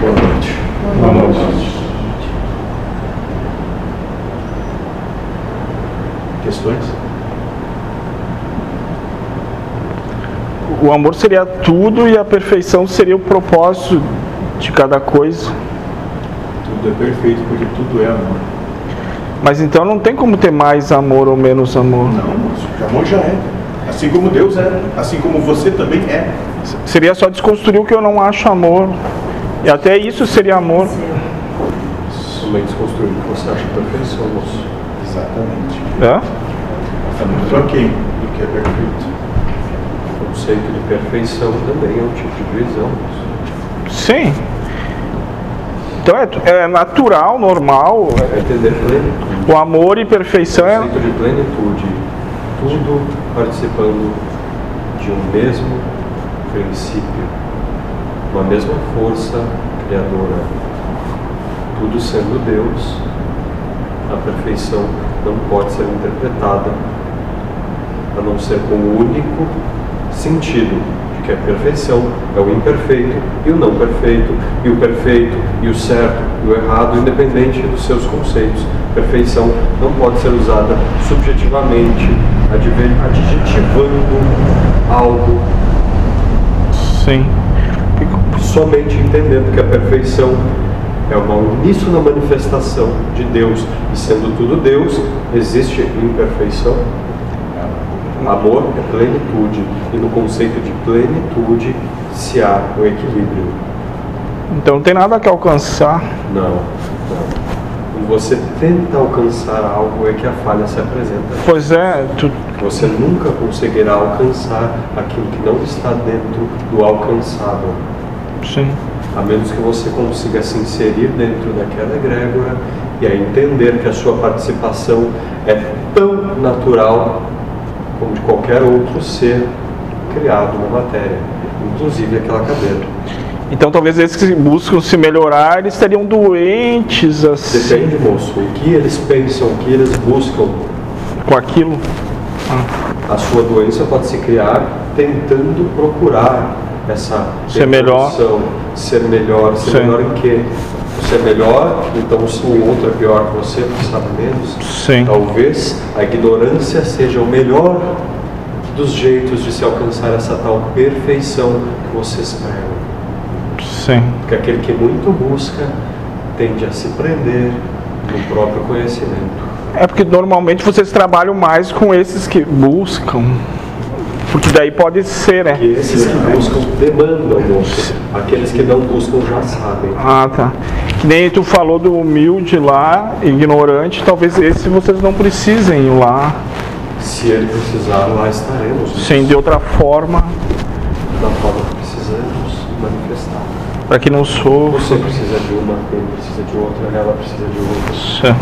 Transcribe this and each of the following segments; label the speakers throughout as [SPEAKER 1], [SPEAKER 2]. [SPEAKER 1] Boa noite.
[SPEAKER 2] Boa noite.
[SPEAKER 1] Questões?
[SPEAKER 2] O amor seria tudo e a perfeição seria o propósito de cada coisa.
[SPEAKER 1] Tudo é perfeito porque tudo é amor.
[SPEAKER 2] Mas então não tem como ter mais amor ou menos amor.
[SPEAKER 1] Não, moço, o amor já é. Assim como Deus é, assim como você também é.
[SPEAKER 2] Seria só desconstruir o que eu não acho amor. E até isso seria amor.
[SPEAKER 1] Também desconstruir o que você acha perfeição, moço. Exatamente.
[SPEAKER 2] Hã?
[SPEAKER 1] Está muito aquém do que é perfeito.
[SPEAKER 3] O conceito de perfeição também é um tipo de visão.
[SPEAKER 2] Sim. Então é, é natural, normal.
[SPEAKER 3] É entender plenitude.
[SPEAKER 2] O amor e perfeição é.
[SPEAKER 3] Conceito de plenitude. Tudo participando de um mesmo princípio, uma mesma força criadora. Tudo sendo Deus, a perfeição não pode ser interpretada a não ser com o único sentido de que a perfeição é o imperfeito e o não perfeito e o perfeito e o certo e o errado independente dos seus conceitos perfeição não pode ser usada subjetivamente adve- adjetivando algo
[SPEAKER 2] Sim.
[SPEAKER 3] somente entendendo que a perfeição é uma uníssona manifestação de Deus e sendo tudo Deus existe imperfeição Amor é plenitude, e no conceito de plenitude se há o equilíbrio.
[SPEAKER 2] Então não tem nada que alcançar.
[SPEAKER 3] Não, não. Quando você tenta alcançar algo, é que a falha se apresenta.
[SPEAKER 2] Pois é, tu-
[SPEAKER 3] Você nunca conseguirá alcançar aquilo que não está dentro do alcançável,
[SPEAKER 2] sim.
[SPEAKER 3] a menos que você consiga se inserir dentro daquela egrégora e a entender que a sua participação é tão natural como de qualquer outro ser criado na matéria, inclusive aquela cadeira.
[SPEAKER 2] Então talvez esses que buscam se melhorar, eles estariam doentes assim
[SPEAKER 3] Depende, moço, o que eles pensam, o que eles buscam.
[SPEAKER 2] com aquilo.
[SPEAKER 3] A sua doença pode se criar tentando procurar essa
[SPEAKER 2] Ser melhor.
[SPEAKER 3] evolução, ser melhor, ser
[SPEAKER 2] Sim.
[SPEAKER 3] melhor em quê? Você é melhor, então se o outro é pior que você, você sabe menos.
[SPEAKER 2] Sim.
[SPEAKER 3] Talvez a ignorância seja o melhor dos jeitos de se alcançar essa tal perfeição que vocês pregam.
[SPEAKER 2] Sim.
[SPEAKER 3] Porque aquele que muito busca tende a se prender no próprio conhecimento.
[SPEAKER 2] É porque normalmente vocês trabalham mais com esses que buscam. Porque daí pode ser, né?
[SPEAKER 3] E esses que buscam demandam, moço. Aqueles que não buscam já sabem.
[SPEAKER 2] Ah, tá. Que nem tu falou do humilde lá, ignorante, talvez esse vocês não precisem ir lá.
[SPEAKER 3] Se ele precisar, lá estaremos. moço.
[SPEAKER 2] Sim, de outra forma,
[SPEAKER 3] Da forma que precisamos manifestar.
[SPEAKER 2] para que não sou.
[SPEAKER 3] Você precisa de uma, ele precisa de outra, ela precisa de outra.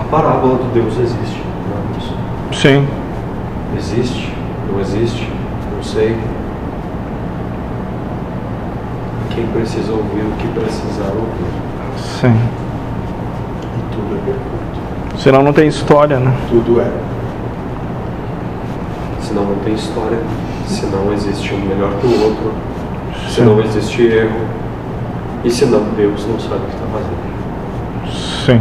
[SPEAKER 3] A parábola do Deus existe, não é moço?
[SPEAKER 2] Sim.
[SPEAKER 3] Existe? Não existe? Não sei. Quem precisa ouvir o que precisar ouvir.
[SPEAKER 2] Sim.
[SPEAKER 3] E tudo é perfeito.
[SPEAKER 2] Senão não tem história, né?
[SPEAKER 1] Tudo é.
[SPEAKER 3] Senão não tem história. Se não existe um melhor que o outro. Se não existe erro. E se não, Deus não sabe o que está fazendo.
[SPEAKER 2] Sim.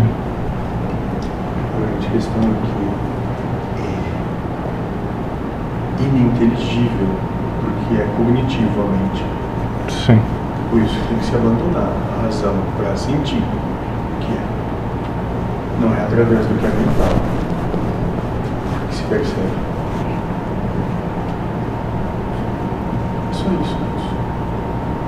[SPEAKER 1] A grande questão é que é ininteligível, porque é cognitivo a mente.
[SPEAKER 2] Sim.
[SPEAKER 1] Por isso tem que se abandonar a razão para sentir o que é. Não é através do que a mente fala que se percebe.